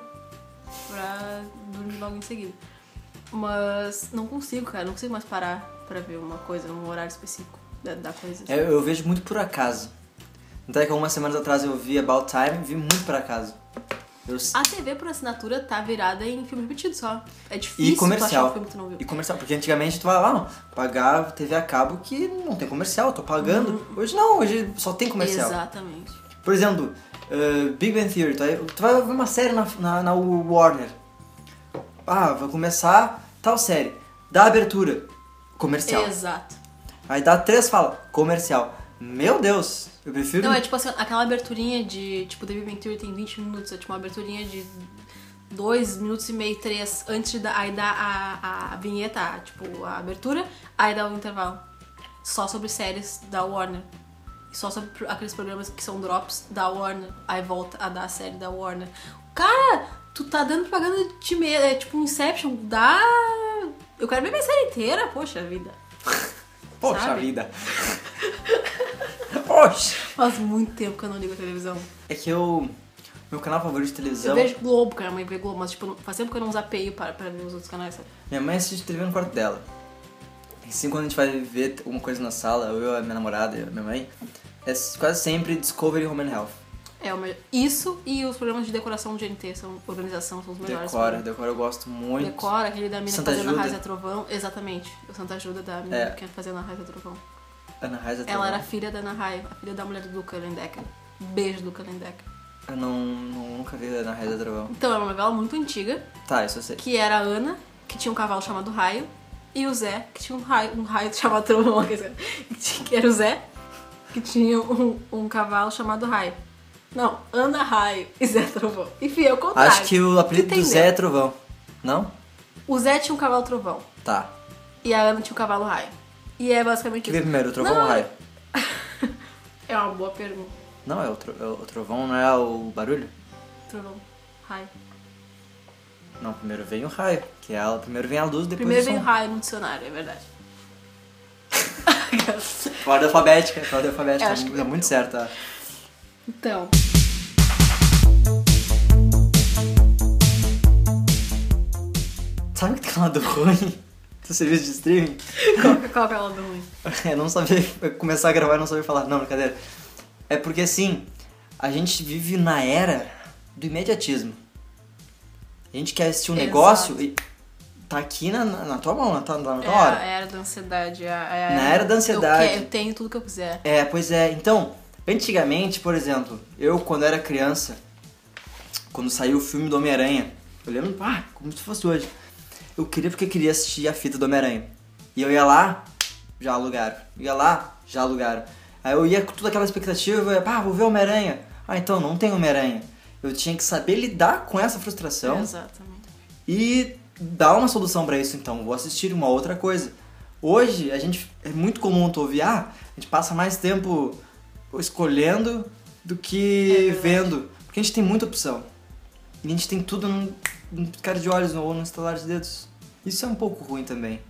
Speaker 1: pra dormir logo em seguida. Mas não consigo, cara. Não consigo mais parar pra ver uma coisa, um horário específico da, da coisa.
Speaker 2: É, Eu, vejo muito por acaso. Até que algumas semanas atrás eu vi About Time, vi muito por acaso. Eu-
Speaker 1: A TV por assinatura tá virada em filme repetido só. É difícil
Speaker 2: e comercial.
Speaker 1: tu achar um filme que tu não viu.
Speaker 2: E comercial, porque antigamente tu vai lá, não, pagar TV a cabo que não tem comercial, tô pagando.
Speaker 1: Uhum.
Speaker 2: Hoje não, hoje só tem comercial.
Speaker 1: Exatamente.
Speaker 2: Por exemplo, eh, Big Bang Theory, tu vai, tu vai ver uma série na, na, na Warner. Ah, vai começar tal série. Dá abertura, comercial.
Speaker 1: Exato.
Speaker 2: Aí dá três falas, comercial. Meu Deus, eu prefiro
Speaker 1: Não, é tipo assim, aquela aberturinha de. Tipo, The Big Bang Theory tem 20 minutos, é tipo uma aberturinha de 2 minutos e meio, 3 antes de dar. Aí dá a, a, a vinheta, a, tipo, a abertura, aí dá o intervalo. Só sobre séries da Warner. E só sobre pro- aqueles programas que são drops da Warner. Aí volta a dar a série da Warner. Cara, tu tá dando propaganda de ti mesmo. É tipo um Inception. Dá. Eu quero ver minha série inteira, poxa vida.
Speaker 2: Poxa
Speaker 1: Sabe?
Speaker 2: vida! Poxa!
Speaker 1: Faz muito tempo que eu não ligo a televisão.
Speaker 2: É que eu. Meu canal favorito de televisão.
Speaker 1: Eu vejo Globo, cara, minha mãe vê Globo, mas tipo, não- faz tempo que eu não uso API para, para ver os outros canais, sabe?
Speaker 2: Minha mãe assiste TV no quarto dela. E assim, quando a gente vai ver alguma coisa na sala, ou eu, a minha namorada, eu, a minha mãe, é quase sempre Discovery Home and Health.
Speaker 1: É o melhor. Isso e os programas de decoração de GNT, são organização, são os melhores.
Speaker 2: Decora, Decora eu gosto muito.
Speaker 1: assim. Decora, aquele da mina
Speaker 2: Santa
Speaker 1: fazendo
Speaker 2: Ajuda.
Speaker 1: a Raiza Trovão. Exatamente. O Santa Ajuda da mina
Speaker 2: É.
Speaker 1: que é fazendo a Raiza Trovão.
Speaker 2: Ana Raiz é até
Speaker 1: Ela
Speaker 2: não.
Speaker 1: era filha da Ana Rai, a filha da mulher do Duca Lendecker. Beijo, Duca Lendecker.
Speaker 2: Eu não, não- nunca vi Ana Raiz da Trovão.
Speaker 1: Então, é uma novela muito antiga,
Speaker 2: Tá, isso eu sei.
Speaker 1: que era a Ana, que tinha um cavalo chamado Raio, e o Zé, que tinha um raio, um raio chamado Trovão, quer dizer, que tinha- que era o Zé, que tinha um, um cavalo chamado Raio. Não, Ana Raio e Zé Trovão. Enfim, é o contrário.
Speaker 2: Acho que o apelido do
Speaker 1: Entendeu?
Speaker 2: Zé é Trovão. Não?
Speaker 1: O Zé tinha um cavalo Trovão,
Speaker 2: Tá.
Speaker 1: e a Ana tinha um cavalo Raio. E é basicamente
Speaker 2: O que vem
Speaker 1: isso.
Speaker 2: primeiro, o Trovão
Speaker 1: Não,
Speaker 2: ou o Raio?
Speaker 1: É uma boa pergunta.
Speaker 2: Não, é o, tro- é o o Trovão, não é o barulho?
Speaker 1: Trovão, Raio.
Speaker 2: Não, primeiro vem o raio, que é a, primeiro vem a luz, depois
Speaker 1: Primeiro
Speaker 2: o som.
Speaker 1: vem o Raio no dicionário, é verdade.
Speaker 2: Por ordem alfabética, por ordem alfabética,
Speaker 1: Eu
Speaker 2: tá,
Speaker 1: acho
Speaker 2: mu-
Speaker 1: que é
Speaker 2: tá muito certo. tá?
Speaker 1: Então.
Speaker 2: Sabe que tem um lado ruim do serviço de streaming?
Speaker 1: Qual, que- qual que é o lado ruim?
Speaker 2: É não saber começar a gravar e não saber falar. Não, brincadeira. É porque assim, a gente vive na era do imediatismo. A gente quer assistir um
Speaker 1: Exato.
Speaker 2: negócio e tá aqui na, na na tua mão, na tua, na tua
Speaker 1: É
Speaker 2: hora.
Speaker 1: a era da ansiedade. É a, é a
Speaker 2: Na era da ansiedade.
Speaker 1: Eu, que- eu tenho tudo que eu quiser.
Speaker 2: É, pois é. Então, antigamente, por exemplo, eu quando era criança, quando saiu o filme do Homem-Aranha, eu lembro, pá, como se fosse hoje. Eu queria porque eu queria assistir a fita do Homem-Aranha. E eu ia lá, já alugaram. Ia lá, já alugaram. Aí eu ia com toda aquela expectativa, eu ia, pá, vou ver Homem-Aranha. Ah, então não tem Homem-Aranha. Eu tinha que saber lidar com essa frustração
Speaker 1: Exatamente.
Speaker 2: e dar uma solução pra isso. Então, vou assistir uma outra coisa. Hoje, a gente é muito comum tu ouvir, ah, a gente passa mais tempo escolhendo do que
Speaker 1: É verdade.
Speaker 2: vendo. Porque a gente tem muita opção. E a gente tem tudo num, num piscar de olhos ou num estalar de dedos. Isso é um pouco ruim também.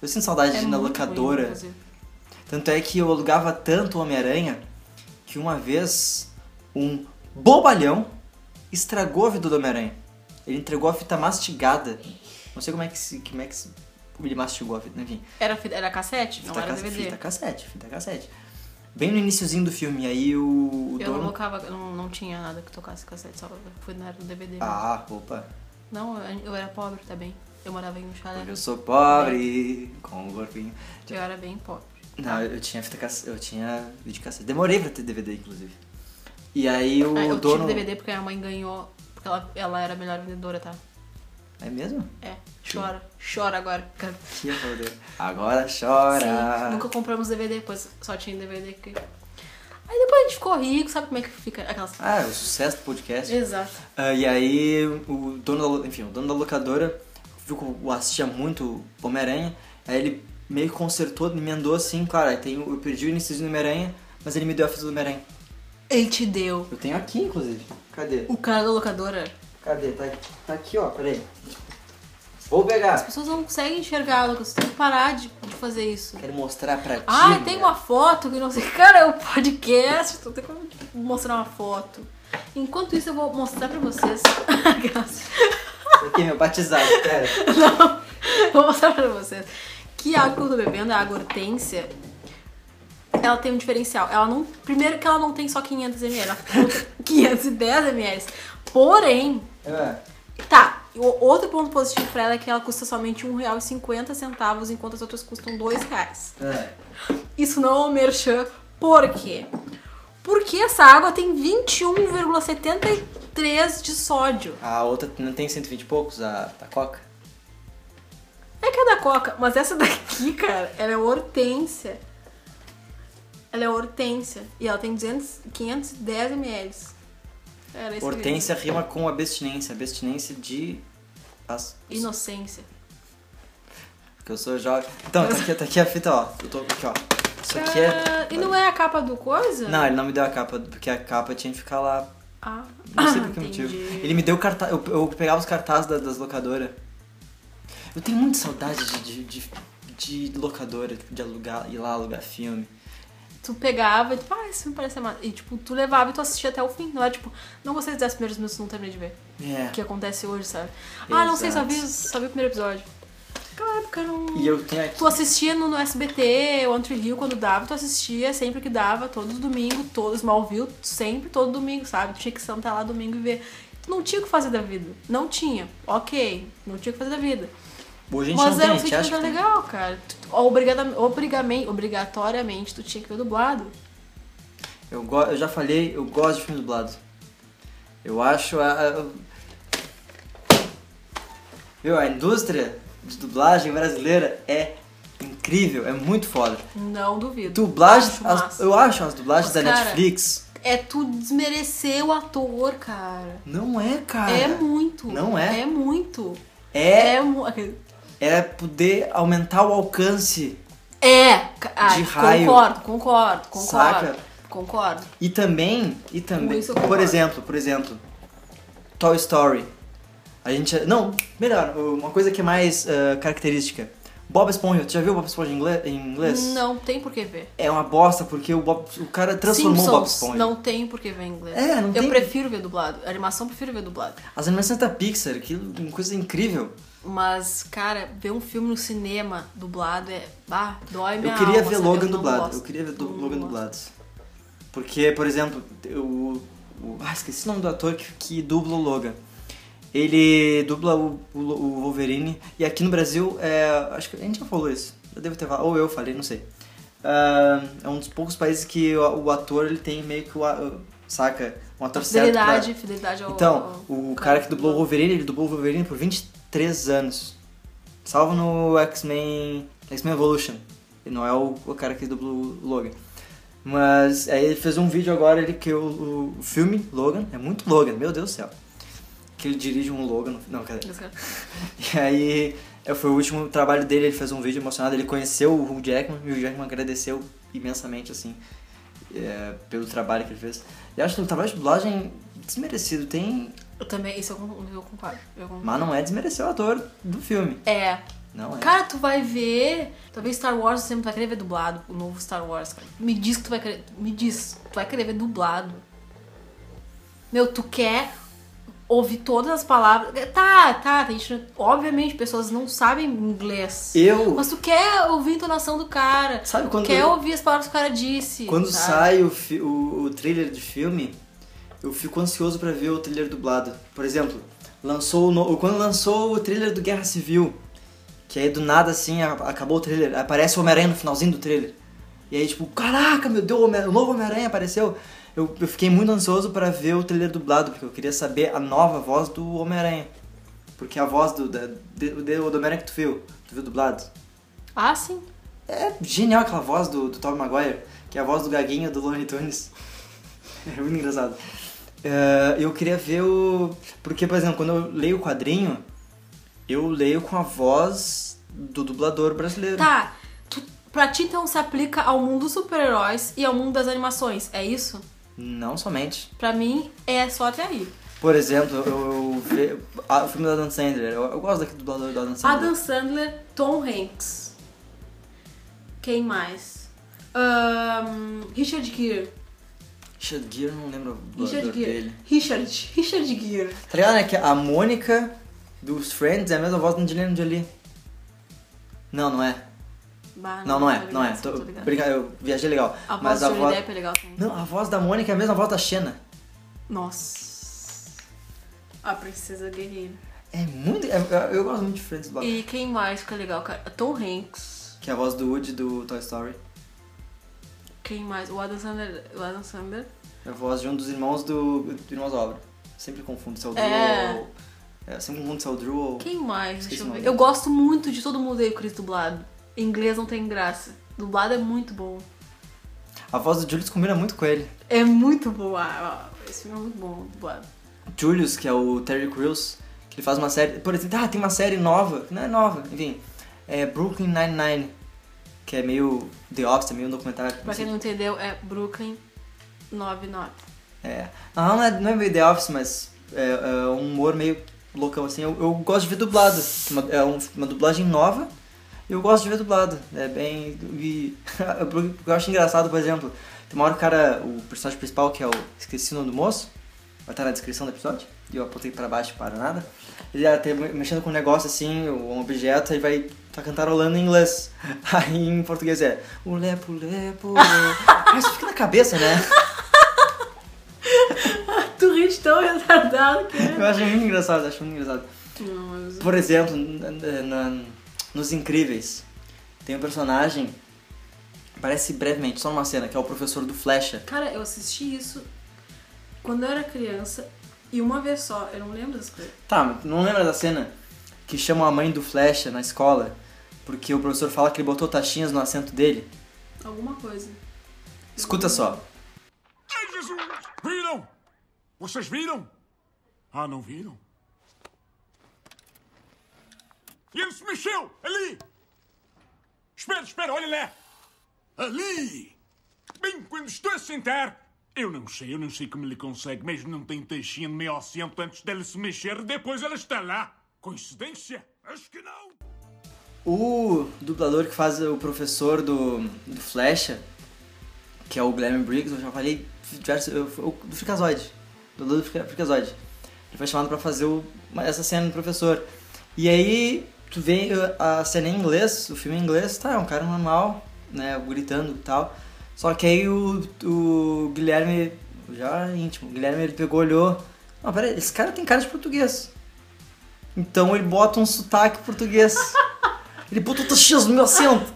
Speaker 2: Eu sinto saudade
Speaker 1: É
Speaker 2: de ir na
Speaker 1: muito ruim,
Speaker 2: locadora.
Speaker 1: inclusive.
Speaker 2: Tanto é que eu alugava tanto Homem-Aranha que uma vez um bobalhão estragou a vida do Homem-Aranha. Ele entregou a fita mastigada. Não sei como é que se, como é que se, ele mastigou a fita, enfim.
Speaker 1: Era, fita- era cassete? Não
Speaker 2: fita,
Speaker 1: era
Speaker 2: ca-
Speaker 1: DVD.
Speaker 2: fita cassete, fita cassete. Bem no iniciozinho do filme, aí o, o
Speaker 1: Eu não
Speaker 2: dono...
Speaker 1: colocava, eu não, não tinha nada que tocasse cassete, só fui na era do DVD. mesmo.
Speaker 2: Ah, opa.
Speaker 1: Não, eu- eu era pobre também. Eu morava em um chalé.
Speaker 2: Hoje eu sou pobre, com o corpinho...
Speaker 1: Eu era bem pobre.
Speaker 2: Não, eu tinha fita cassete, eu tinha videocassete. Demorei pra ter DVD, inclusive. E aí o
Speaker 1: Ah, eu
Speaker 2: dono...
Speaker 1: tive DVD porque a minha mãe ganhou, porque ela, ela era a melhor vendedora, tá?
Speaker 2: É mesmo?
Speaker 1: É, chora, chora agora. cara.
Speaker 2: Que horror. Agora chora.
Speaker 1: Sim, nunca compramos DVD, pois só tinha DVD que. Aí depois a gente ficou rico, sabe como é que fica aquelas.
Speaker 2: Ah, é o sucesso do podcast.
Speaker 1: Exato.
Speaker 2: Ah, e aí, o dono da, lo- enfim, o dono da locadora viu que eu assistia muito Homem-Aranha, aí ele meio que consertou, emendou assim, claro, aí tem, o- eu perdi o início do Homem-Aranha, mas ele me deu a fita do Homem-Aranha.
Speaker 1: Ele te deu.
Speaker 2: Eu tenho aqui, inclusive. Cadê?
Speaker 1: O cara da locadora.
Speaker 2: Cadê? Tá, tá aqui, ó, peraí. Vou
Speaker 1: As
Speaker 2: pegar.
Speaker 1: pessoas não conseguem enxergar, Lucas. Você tem que parar de, de fazer isso.
Speaker 2: Quero mostrar pra ti.
Speaker 1: Ah, tem
Speaker 2: mulher.
Speaker 1: uma foto que não sei. Cara, é um podcast. Não tem como mostrar uma foto. Enquanto isso, eu vou mostrar pra vocês.
Speaker 2: Isso aqui é meu batizado, pera.
Speaker 1: Não, vou mostrar pra vocês. Que a água que eu tô bebendo, a água hortência, ela tem um diferencial. Ela não. Primeiro que ela não tem só 500ml, ela tem 510ml. Porém,
Speaker 2: É.
Speaker 1: tá. O outro ponto positivo pra ela é que ela custa somente R$1,50, enquanto as outras custam R$ reais.
Speaker 2: É.
Speaker 1: Isso não é um merchan. Por quê? Porque essa água tem 21,73 de sódio.
Speaker 2: A outra não tem 120 e poucos, a, a Coca?
Speaker 1: É que é da Coca, mas essa daqui, cara, ela é hortência. Ela é hortência. E ela tem 200, 510 ml. Era isso que eu ia dizer.
Speaker 2: Hortência rima com abstinência. Abstinência de. As...
Speaker 1: Inocência.
Speaker 2: Que eu sou jovem. Então, tá aqui, tá aqui a fita, ó. Eu tô aqui, ó. Isso aqui
Speaker 1: Ah, E
Speaker 2: é.
Speaker 1: não é a capa do coisa?
Speaker 2: Não, é ele não me deu a capa, porque a capa tinha que ficar lá.
Speaker 1: Ah,
Speaker 2: Não sei
Speaker 1: ah,
Speaker 2: por que
Speaker 1: entendi.
Speaker 2: motivo. Ele me deu cartaz. Eu, eu pegava os cartazes da- das locadoras. Eu tenho muita saudade de, de, de, de locadora, tipo, de alugar, ir lá alugar filme.
Speaker 1: Tu pegava e tipo, ah, esse filme parece amado. E tipo, tu levava e tu assistia até o fim. Não era tipo, não gostei dos 10 primeiros minutos, não terminei de ver.
Speaker 2: É.
Speaker 1: O que acontece hoje, sabe? Ah, não sei, só vi, só vi o primeiro episódio. Naquela época não.
Speaker 2: E eu tenho aqui.
Speaker 1: Tu assistia no, no SBT, o Antro Rio, quando dava, tu assistia sempre que dava, todos domingo, todos Smallville, sempre, todo domingo, sabe? Tu tinha que sentar lá domingo e ver. Tu não tinha o que fazer da vida. Não tinha. Ok, não tinha o que fazer da vida.
Speaker 2: Hoje a gente
Speaker 1: Mas
Speaker 2: não tem,
Speaker 1: era um
Speaker 2: a gente acha
Speaker 1: sentimento
Speaker 2: que tem.
Speaker 1: legal, cara. Tu- tu- Obrigada, obrigamen- obrigatoriamente, tu tinha que ver dublado.
Speaker 2: Eu, go- eu já falei, eu gosto de filme dublado. Eu acho a. a- Meu, a indústria de dublagem brasileira é incrível, é muito foda.
Speaker 1: Não duvido.
Speaker 2: Dublagem,
Speaker 1: Acho
Speaker 2: as-
Speaker 1: massa.
Speaker 2: eu acho as dublagens
Speaker 1: Mas,
Speaker 2: da
Speaker 1: cara,
Speaker 2: Netflix.
Speaker 1: É tu desmerecer o ator, cara.
Speaker 2: Não é, cara.
Speaker 1: é muito.
Speaker 2: não é.
Speaker 1: É muito.
Speaker 2: É,
Speaker 1: É muito.
Speaker 2: é poder aumentar o alcance
Speaker 1: É, ca- ai,
Speaker 2: De raio.
Speaker 1: concordo, concordo, concordo.
Speaker 2: Saca?
Speaker 1: Concordo.
Speaker 2: E também, e também,
Speaker 1: isso eu
Speaker 2: por
Speaker 1: concordo.
Speaker 2: exemplo, por exemplo, Toy Story. A gente, não, melhor, uma coisa que é mais ah, característica. Bob Esponja, tu já viu Bob Esponja em inglê- em inglês?
Speaker 1: Não tem por que ver.
Speaker 2: É uma bosta porque o, Bob, o cara transformou o Bob
Speaker 1: Simpsons,
Speaker 2: Esponja.
Speaker 1: não tem por que ver em inglês.
Speaker 2: É, não
Speaker 1: Eu
Speaker 2: tem.
Speaker 1: prefiro ver dublado. A animação eu prefiro ver dublado.
Speaker 2: As animações da Pixar, que uma coisa incrível.
Speaker 1: Mas, cara, ver um filme no cinema dublado é. Ah, dói minha
Speaker 2: eu queria
Speaker 1: alma,
Speaker 2: ver
Speaker 1: sabe?
Speaker 2: Logan
Speaker 1: Eu não
Speaker 2: dublado.
Speaker 1: gosto.
Speaker 2: Eu queria ver
Speaker 1: Não
Speaker 2: do- Logan
Speaker 1: gosto.
Speaker 2: dublado. Porque, por exemplo, o. o- ah, esqueci o nome do ator que, que dubla o Logan. Ele dubla o, o, Lo- o Wolverine. E aqui no Brasil, é, acho que a gente já falou isso. Eu devo ter falado, ou eu falei, não sei. Ah, é um dos poucos países que o, o ator ele tem meio que o. a- Saca? Um ator certo. pra-
Speaker 1: Fidelidade, fidelidade ao.
Speaker 2: então, o cara que dublou o
Speaker 1: o
Speaker 2: Wolverine, ele dublou o Wolverine por 23 anos. Salvo no X-Men X-Men Evolution. Ele não é o, o cara que dublou o Logan. Mas aí ele fez um vídeo agora ele que o, o filme Logan, é muito Logan, meu Deus do céu. Que ele dirige um Logan, no- não, cadê? E aí é, foi o último trabalho dele, ele fez um vídeo emocionado, ele conheceu o Hugh Jackman e o Hugh Jackman agradeceu imensamente, assim, é, pelo trabalho que ele fez. E acho que o trabalho de dublagem desmerecido tem,
Speaker 1: Eu também, isso eu, con- eu concordo. Eu concordo.
Speaker 2: mas não é desmerecer o ator do filme,
Speaker 1: É.
Speaker 2: não é.
Speaker 1: Cara, tu vai ver. Talvez Star Wars você vai querer ver dublado. O novo Star Wars, cara. Me diz que tu vai querer. Me diz. Tu vai querer ver dublado. Meu, tu quer ouvir todas as palavras. Tá, tá. Tem gente, obviamente, pessoas não sabem inglês.
Speaker 2: Eu,
Speaker 1: Mas tu quer ouvir a entonação do cara.
Speaker 2: sabe
Speaker 1: Tu
Speaker 2: quando...
Speaker 1: quer ouvir as palavras que o cara disse.
Speaker 2: Quando
Speaker 1: sabe?
Speaker 2: sai o, fi- o, o trailer de filme, eu fico ansioso pra ver o trailer dublado. Por exemplo, lançou o no- o- quando lançou o trailer do Guerra Civil, que aí do nada assim a- acabou o trailer, aparece o Homem-Aranha no finalzinho do trailer. E aí tipo, caraca, meu Deus, o Homem- o novo Homem-Aranha apareceu. Eu, eu fiquei muito ansioso pra ver o trailer dublado, porque eu queria saber a nova voz do Homem-Aranha. Porque a voz do, da, de- do, do Homem-Aranha que tu viu, tu viu dublado.
Speaker 1: Ah, sim.
Speaker 2: É genial aquela voz do, do Tom Maguire, que é a voz do Gaguinho do Looney Tunes. É muito engraçado. É, eu queria ver o. Porque, por exemplo, quando eu leio o quadrinho, eu leio com a voz do dublador brasileiro.
Speaker 1: Tá. Tu, pra ti, então, se aplica ao mundo dos super-heróis e ao mundo das animações. É isso?
Speaker 2: Não somente.
Speaker 1: Pra mim, é só até aí.
Speaker 2: Por exemplo, eu, eu ve- ah, o filme da Dan Sandler. Eu, eu gosto daquele dublador da Dan Sandler.
Speaker 1: Adam Sandler, Tom Hanks. Quem mais? Ahn, Richard Gere.
Speaker 2: Richard Gere, eu não lembro o
Speaker 1: Richard
Speaker 2: dublador
Speaker 1: Gere.
Speaker 2: dele.
Speaker 1: Richard. Richard Gere.
Speaker 2: Tá ligado, né? Que a Mônica dos Friends é a mesma voz da Angelina Jolie. Não, não é.
Speaker 1: Bah,
Speaker 2: Não, não é,
Speaker 1: Ah, tô
Speaker 2: não é.
Speaker 1: ligada,
Speaker 2: Tô-
Speaker 1: tô ligada.
Speaker 2: Obrigado, eu viajei legal.
Speaker 1: A voz
Speaker 2: mas
Speaker 1: do
Speaker 2: a
Speaker 1: Johnny
Speaker 2: voz.
Speaker 1: Depp é legal também.
Speaker 2: Não, a voz da Mônica é a mesma voz da Xena.
Speaker 1: Nossa. A princesa guerreira.
Speaker 2: É muito. é- eu- eu gosto muito de Friends Block.
Speaker 1: E quem mais que é legal, cara? Tom Hanks.
Speaker 2: Que é a voz do Woody do Toy Story.
Speaker 1: Quem mais? O Adam Sandler. O Adam Sandler.
Speaker 2: É a voz de um dos irmãos do. do Irmãos da Obra. Sempre confundo se é o Drew
Speaker 1: É.
Speaker 2: ou. É, sempre confundo se é o Drew ou.
Speaker 1: Quem mais?
Speaker 2: Esqueci
Speaker 1: Deixa
Speaker 2: o
Speaker 1: eu
Speaker 2: nome
Speaker 1: ver.
Speaker 2: dele.
Speaker 1: Eu gosto muito de todo mundo aí, Chris dublado. Em inglês não tem graça. Dublado é muito bom.
Speaker 2: A voz do Julius combina muito com ele.
Speaker 1: É muito boa. Esse filme é muito bom, dublado.
Speaker 2: Julius, que é o Terry Crews, que ele faz uma série. Por exemplo, ah, tem uma série nova. que Não é nova, enfim. É Brooklyn Nine-Nine. Que é meio. The Office, é meio um documentário.
Speaker 1: Pra quem não entendeu, é Brooklyn 99.
Speaker 2: É. Na real, não é, não é meio The Office, mas é, é um humor meio loucão assim. Eu, eu gosto de ver dublado. que uma- é um- uma dublagem nova e eu gosto de ver dublado. É bem. E, eu, eu acho engraçado, por exemplo, tem uma hora que o cara, o personagem principal, que é o. Esqueci o nome do moço, vai estar na descrição do episódio, e eu apontei pra baixo para nada. Ele ia ter- mexendo com um negócio assim, um objeto, e vai tá cantarolando em inglês. Aí em português é. O lepo, lepo. Aí isso fica na cabeça, né?
Speaker 1: tu ri de tão retardado que
Speaker 2: Eu acho muito engraçado, acho muito engraçado.
Speaker 1: Não, mas...
Speaker 2: Por exemplo, n- n- na- nos Incríveis, tem um personagem, aparece brevemente, só numa cena, que é o professor do Flecha.
Speaker 1: Cara, eu assisti isso quando eu era criança e uma vez só. Eu não lembro das coisas.
Speaker 2: Tá, mas não lembra da cena que chamam a mãe do Flecha na escola, porque o professor fala que ele botou taxinhas no assento dele?
Speaker 1: Alguma coisa.
Speaker 2: Escuta só.
Speaker 3: Ai, Jesus! Viram? Vocês viram? Ah, não viram? E ele se mexeu! Ali! Espera, espera, olha lá! Ali! Bem, quando estou a sentar... Eu não sei, eu não sei como ele consegue, mas não tem taxinha no meio assento antes dele se mexer, depois ela está lá. Coincidência? Acho que não!
Speaker 2: O dublador que faz o professor do, do Flecha, que é o Guilherme Briggs, eu já falei diversos. eu- eu- do Frikazoid. Do dublador do Frika- Frikazoid. Ele foi chamado pra fazer o- uma- essa cena do professor. E aí, tu vê uh, a cena em inglês, o filme em inglês, tá, é um cara normal, né, gritando e tal. Só que aí o, o Guilherme, já íntimo, o Guilherme ele pegou, olhou. Não, pera, aí, esse cara tem cara de português. Então ele bota um sotaque português. Ele botou taxinhas no meu assento.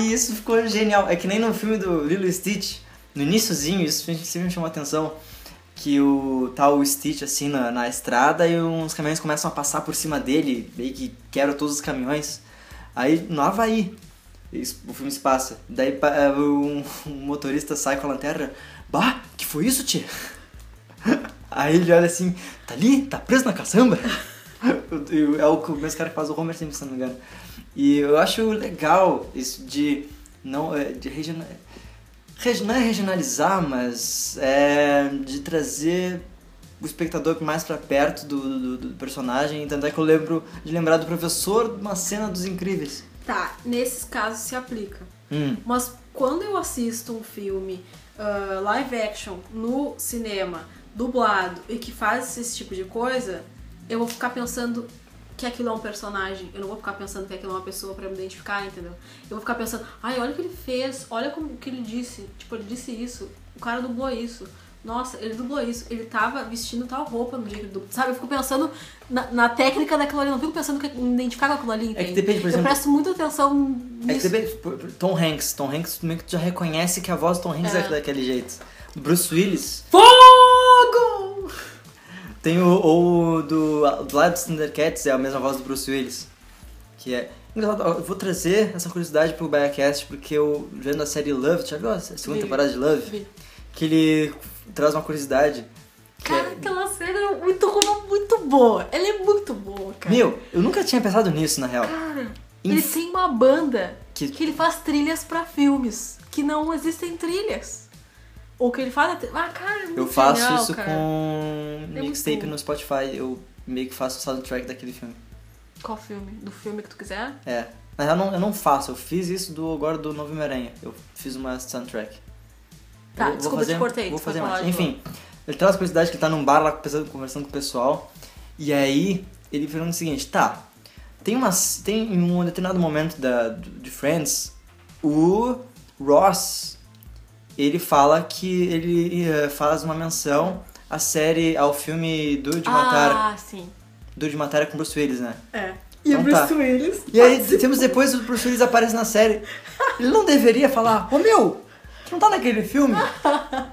Speaker 2: E isso ficou genial. É que nem no filme do Lilo e Stitch, no iníciozinho, isso sempre me chamou a atenção. Que o tal o Stitch assim na, na estrada e uns caminhões começam a passar por cima dele, meio que quebra todos os caminhões. Aí no Havaí, Isso, o filme se passa. Daí pa- é, um, um motorista sai com a lanterna. Bah, que foi isso, tia? Aí ele olha assim, tá ali? Tá preso na caçamba? E é o que o mesmo cara que faz o Homer Simpson, se não me engano. E eu acho legal isso de não é, de regiona, regi- não é regionalizar, mas é, de trazer o espectador mais pra perto do, do- do personagem. Tanto é que eu lembro de lembrar do professor de uma cena dos incríveis.
Speaker 1: Tá, nesses casos se aplica.
Speaker 2: Hum.
Speaker 1: Mas quando eu assisto um filme ah, live action no cinema, dublado e que faz esse tipo de coisa, eu vou ficar pensando que aquilo é um personagem. Eu não vou ficar pensando que aquilo é uma pessoa pra me identificar, entendeu? Eu vou ficar pensando, ai, olha o que ele fez, olha como o que ele disse. Tipo, ele disse isso, o cara dublou isso. Nossa, ele dublou isso, ele tava vestindo tal roupa no dia que ele dublou. Sabe, eu fico pensando na, na técnica daquilo ali, eu não fico pensando que me identificar com aquilo ali.
Speaker 2: É que
Speaker 1: entende?
Speaker 2: depende, por exemplo-
Speaker 1: Eu presto muita atenção
Speaker 2: É que
Speaker 1: nisso.
Speaker 2: você vê, por- por- Tom Hanks. Tom Hanks, meio que tu já reconhece que a voz do Tom Hanks é, daquele jeito. Bruce Willis.
Speaker 1: Fogo!
Speaker 2: Tem o, o do, do lado dos Thundercats, é a mesma voz do Bruce Willis. Que é... Engraçado, ó, eu vou trazer essa curiosidade pro Biacast, porque eu, vendo a série Love, já viu a segunda
Speaker 1: Vi.
Speaker 2: temporada de Love? Que ele traz uma curiosidade. que
Speaker 1: Cara,
Speaker 2: é-
Speaker 1: aquela cena é muito, uma muito boa. Ela é muito boa, cara.
Speaker 2: Meu, eu nunca tinha pensado nisso, na real.
Speaker 1: Cara,
Speaker 2: Em-
Speaker 1: ele tem uma banda
Speaker 2: Que-
Speaker 1: que... ele faz trilhas pra filmes que não existem trilhas. Ou que ele faz... a tri- Ah, cara, é muito
Speaker 2: Eu faço
Speaker 1: genial,
Speaker 2: isso
Speaker 1: cara.
Speaker 2: com
Speaker 1: É
Speaker 2: mixtape
Speaker 1: muito bom.
Speaker 2: no Spotify, eu meio que faço o soundtrack daquele filme.
Speaker 1: Qual filme? Do filme que tu quiser?
Speaker 2: É. Mas eu não, eu não faço, eu fiz isso do, agora do Novo Homem-Aranha. Eu fiz uma soundtrack.
Speaker 1: Tá,
Speaker 2: Eu vou
Speaker 1: desculpa,
Speaker 2: fazer- um-
Speaker 1: te cortei.
Speaker 2: Vou
Speaker 1: tu
Speaker 2: fazer
Speaker 1: pode
Speaker 2: mais.
Speaker 1: falar de novo.
Speaker 2: Enfim, ele traz a curiosidade que ele tá num bar lá conversando, conversando com o pessoal. E aí, ele pergunta o seguinte: tá, tem, uma, tem em um determinado momento da, do- de Friends, o Ross ele fala que ele eh, faz uma menção à série, ao filme Duro de Matar.
Speaker 1: Ah, sim.
Speaker 2: Duro de Matar é com Bruce Willis, né?
Speaker 1: É.
Speaker 2: E o Então Bruce tá.
Speaker 1: Willis...
Speaker 2: E aí, temos depois o Bruce Willis aparece na série. Ele não deveria falar, ô meu, não tá naquele filme? Tá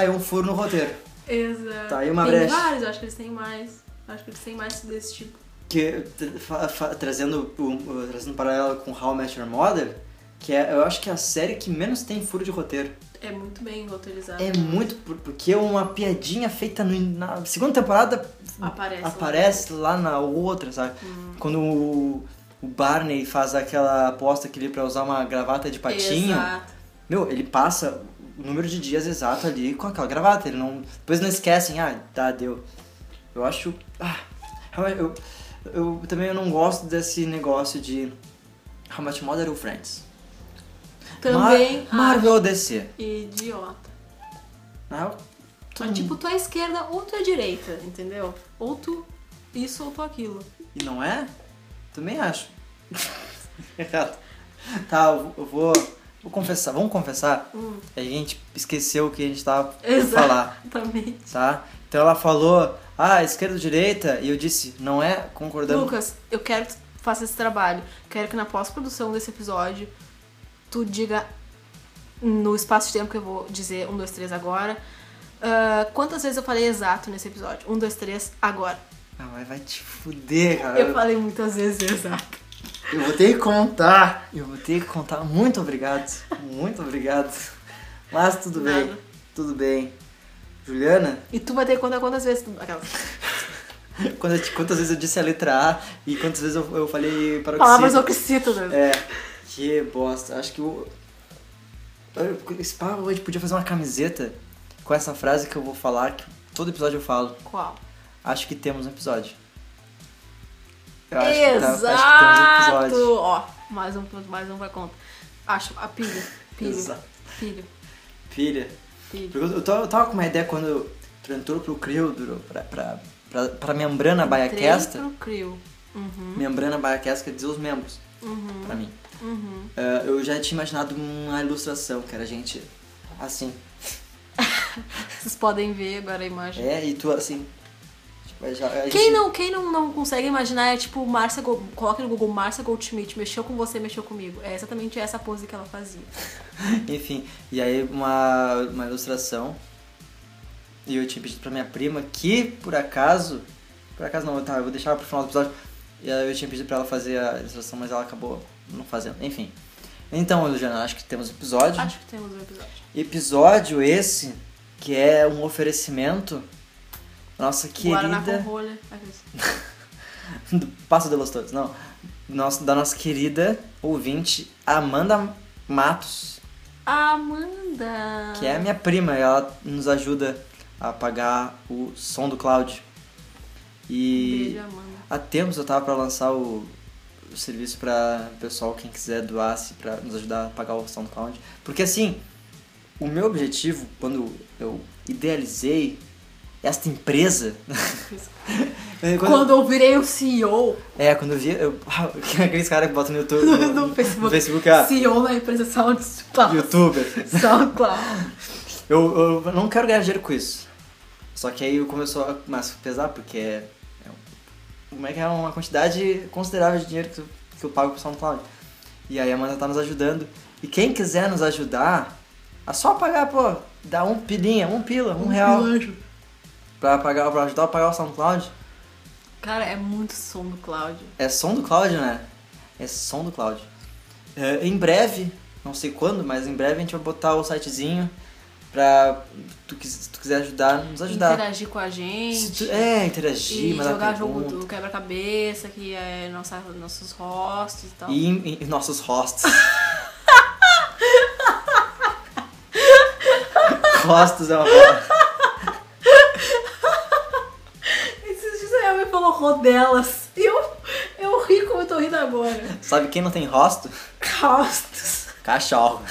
Speaker 2: aí um furo no roteiro.
Speaker 1: Exato.
Speaker 2: Tá, e uma
Speaker 1: tem
Speaker 2: brecha.
Speaker 1: vários, eu acho que eles têm mais. Eu acho que eles têm mais desse tipo.
Speaker 2: Que, t- fa- fa- trazendo, um, uh, trazendo um paralelo com How I Met Your Mother, que é, eu acho que é a série que menos tem furo de roteiro.
Speaker 1: É muito bem roteirizado.
Speaker 2: É muito, por- porque é uma piadinha feita no- na segunda temporada
Speaker 1: Aparece lá. Hum.
Speaker 2: aparece lá na outra, sabe? Quando o, o Barney faz aquela aposta que ele pra usar uma gravata de patinho.
Speaker 1: Exato.
Speaker 2: Meu, ele passa o número de dias exato ali com aquela gravata. Ele não. Depois não esquecem, ah, tá, deu. Eu acho. Ah, eu, eu também não gosto desse negócio de. "Ah, How much mother ou Friends?
Speaker 1: Também
Speaker 2: Mar Marvel ou DC?
Speaker 1: acho idiota.
Speaker 2: Ah, todo
Speaker 1: Mas, tipo,
Speaker 2: mundo-
Speaker 1: tu é esquerda ou tu é direita, entendeu? Ou tu isso ou tu aquilo.
Speaker 2: E não é? Também acho. Errado. Tá, eu vou- eu vou. Vou confessar, vamos confessar?
Speaker 1: Hum.
Speaker 2: A gente esqueceu o que a gente tava pra falar.
Speaker 1: Exatamente.
Speaker 2: tá? Então ela falou, ah, esquerda ou direita? E eu disse, não é concordando.
Speaker 1: Lucas, eu quero que tu faça esse trabalho. Quero que na pós-produção desse episódio tu diga no espaço de tempo que eu vou dizer um, dois, três agora. ah, quantas vezes eu falei exato nesse episódio? Um, dois, três, agora.
Speaker 2: Ah, mas vai te fuder, cara.
Speaker 1: Eu
Speaker 2: Eu,
Speaker 1: falei muitas vezes exato.
Speaker 2: vou ter que contar. Eu vou ter que contar. Muito obrigado. Muito obrigado. Mas tudo
Speaker 1: Nada.
Speaker 2: bem. Tudo bem. Juliana,
Speaker 1: E tu vai ter que contar quantas vezes tu. Aquelas.
Speaker 2: quando eu te- quantas vezes eu disse a letra A e quantas vezes eu, eu falei paroxismo?
Speaker 1: Palavras oxítonas.
Speaker 2: É, que bosta. Acho que o. Esse papo a gente podia fazer uma camiseta com essa frase que eu vou falar, que todo episódio eu falo.
Speaker 1: Qual?
Speaker 2: Acho que temos um episódio. Eu
Speaker 1: Exato!
Speaker 2: que tá- acho que temos um episódio.
Speaker 1: Ó, mais um, mais um vai conta. Acho, a pilha, pilha,
Speaker 2: Exato.
Speaker 1: pilha,
Speaker 2: Filha, porque
Speaker 1: pilha.
Speaker 2: eu, eu tava, eu tava com uma ideia quando tu entrou pro Crilduro, pra, pra, pra, pra membrana baiaquesta.
Speaker 1: Três pro Crio. Uhum,
Speaker 2: Membrana baiaquesta quer dizer os membros,
Speaker 1: uhum,
Speaker 2: pra mim.
Speaker 1: uhum.
Speaker 2: Ah, eu já tinha imaginado uma ilustração, que era a gente assim.
Speaker 1: Vocês podem ver agora a imagem.
Speaker 2: É, e tu assim. tipo, já- a gente-
Speaker 1: Quem não, quem não, não consegue imaginar é tipo Márcia Gol- coloca no Google Márcia Goldschmidt, mexeu com você, mexeu comigo. É exatamente essa pose que ela fazia.
Speaker 2: Enfim, e aí uma, uma ilustração. E eu tinha pedido pra minha prima que, por acaso. Por acaso não, tá, eu vou deixar pro final do episódio. E aí eu tinha pedido pra ela fazer a ilustração, mas ela acabou não fazendo. Enfim. Então, Luciana, acho que temos episódio.
Speaker 1: Acho que temos um episódio.
Speaker 2: Episódio esse que é um oferecimento da nossa
Speaker 1: Guaraná com
Speaker 2: querida.
Speaker 1: rolha. é Aqueles.
Speaker 2: do Passo de los Todos, não. Nosso, da nossa querida ouvinte Amanda Matos,
Speaker 1: Amanda!
Speaker 2: que é a minha prima, e ela nos ajuda a pagar o som do cloud. E
Speaker 1: Beijo, Amanda.
Speaker 2: há tempos eu tava pra lançar o, o serviço pra pessoal, quem quiser doar se pra nos ajudar a pagar o som do cloud. Porque assim, o meu objetivo, quando eu idealizei esta empresa.
Speaker 1: Quando eu virei o CEO
Speaker 2: É, quando eu vi, eu, aqueles caras que botam no YouTube,
Speaker 1: do,
Speaker 2: no,
Speaker 1: do Facebook,
Speaker 2: no Facebook, ah,
Speaker 1: CEO da empresa Sound SoundCloud.
Speaker 2: youtuber,
Speaker 1: SoundCloud.
Speaker 2: eu, eu não quero ganhar dinheiro com isso. Só que aí eu começou a começar a pesar, porque é, é um- como é que é uma quantidade considerável de dinheiro que, tu- que eu pago pro SoundCloud. E aí a Amanda tá nos ajudando. E quem quiser nos ajudar, é só pagar, pô, dá um pilinha, um pila, um, real,
Speaker 1: Anjo.
Speaker 2: pra, pagar, pra ajudar a pagar o SoundCloud.
Speaker 1: Cara, é muito som do Cláudio.
Speaker 2: É som do Cloud, né? É som do Cloud. É, em breve, não sei quando, mas em breve a gente vai botar o sitezinho pra tu, quis- se tu quiser ajudar, nos ajudar.
Speaker 1: Interagir com a
Speaker 2: Se tu-
Speaker 1: gente.
Speaker 2: é, interagir,
Speaker 1: E
Speaker 2: mandar
Speaker 1: jogar jogo
Speaker 2: pergunta.
Speaker 1: do quebra-cabeça, que é nossa, nossos hosts e tal.
Speaker 2: E, em- em nossos hosts. hosts é uma palavra.
Speaker 1: Esses dias a me falou rodelas. E eu, eu ri como eu tô rindo agora.
Speaker 2: Sabe quem não tem rosto?
Speaker 1: Hostos.
Speaker 2: Cachorro.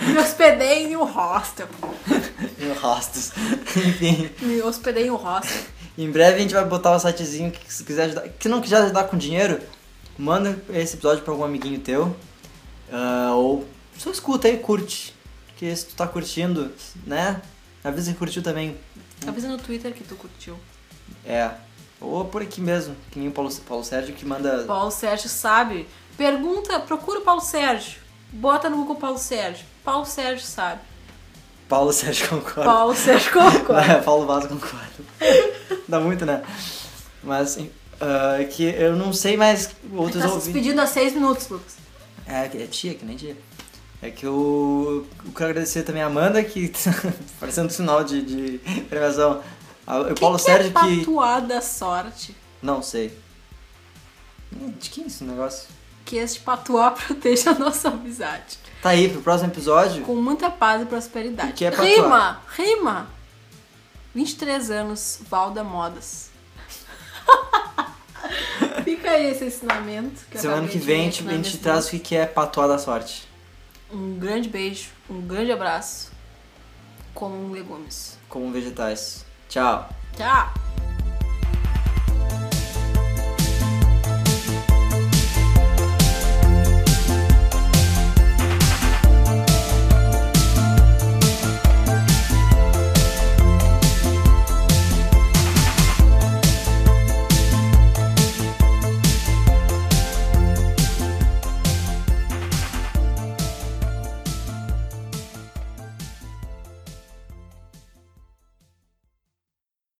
Speaker 1: Me hospedei em um hostel.
Speaker 2: E rostos. Enfim.
Speaker 1: Me hospedei em um hostel.
Speaker 2: Em breve a gente vai botar o sitezinho que se quiser ajudar. Que não quiser ajudar com dinheiro, manda esse episódio pra algum amiguinho teu. Ah, ou só escuta aí, curte. Porque se tu tá curtindo, né? Avisa que curtiu também.
Speaker 1: Avisa no Twitter que tu curtiu.
Speaker 2: É. Ou por aqui mesmo, que nem o Paulo, Paulo Sérgio que manda.
Speaker 1: Paulo Sérgio sabe. Pergunta, procura o Paulo Sérgio. Bota no Google Paulo Sérgio. Paulo Sérgio sabe.
Speaker 2: Paulo Sérgio concorda.
Speaker 1: Paulo Sérgio concorda.
Speaker 2: É, Paulo Vaz concorda. Dá muito, né? Mas ah, que eu não sei mais outros
Speaker 1: Tá se
Speaker 2: ouvintes.
Speaker 1: despedindo há seis minutos, Lucas.
Speaker 2: É, é tia, que nem tia. É que eu, eu quero agradecer também a Amanda, que tá parecendo um sinal de, de premiação. A- O
Speaker 1: Que
Speaker 2: Paulo
Speaker 1: que
Speaker 2: Sérgio,
Speaker 1: é
Speaker 2: que.
Speaker 1: patuada sorte.
Speaker 2: Não sei. Hum, De que é esse negócio?
Speaker 1: Que este patuá proteja a nossa amizade.
Speaker 2: Tá aí pro próximo episódio.
Speaker 1: Com muita paz e prosperidade.
Speaker 2: O que é patuá?
Speaker 1: rima! Rima! 23 anos, Valda Modas. Fica aí esse ensinamento. eu
Speaker 2: Semana
Speaker 1: acabei
Speaker 2: que
Speaker 1: de
Speaker 2: vem
Speaker 1: ver
Speaker 2: a gente,
Speaker 1: na
Speaker 2: a gente
Speaker 1: minha
Speaker 2: traz o que que é patuá da sorte.
Speaker 1: Um grande beijo, um grande abraço. Comam legumes.
Speaker 2: Como vegetais. Tchau.
Speaker 1: Tchau!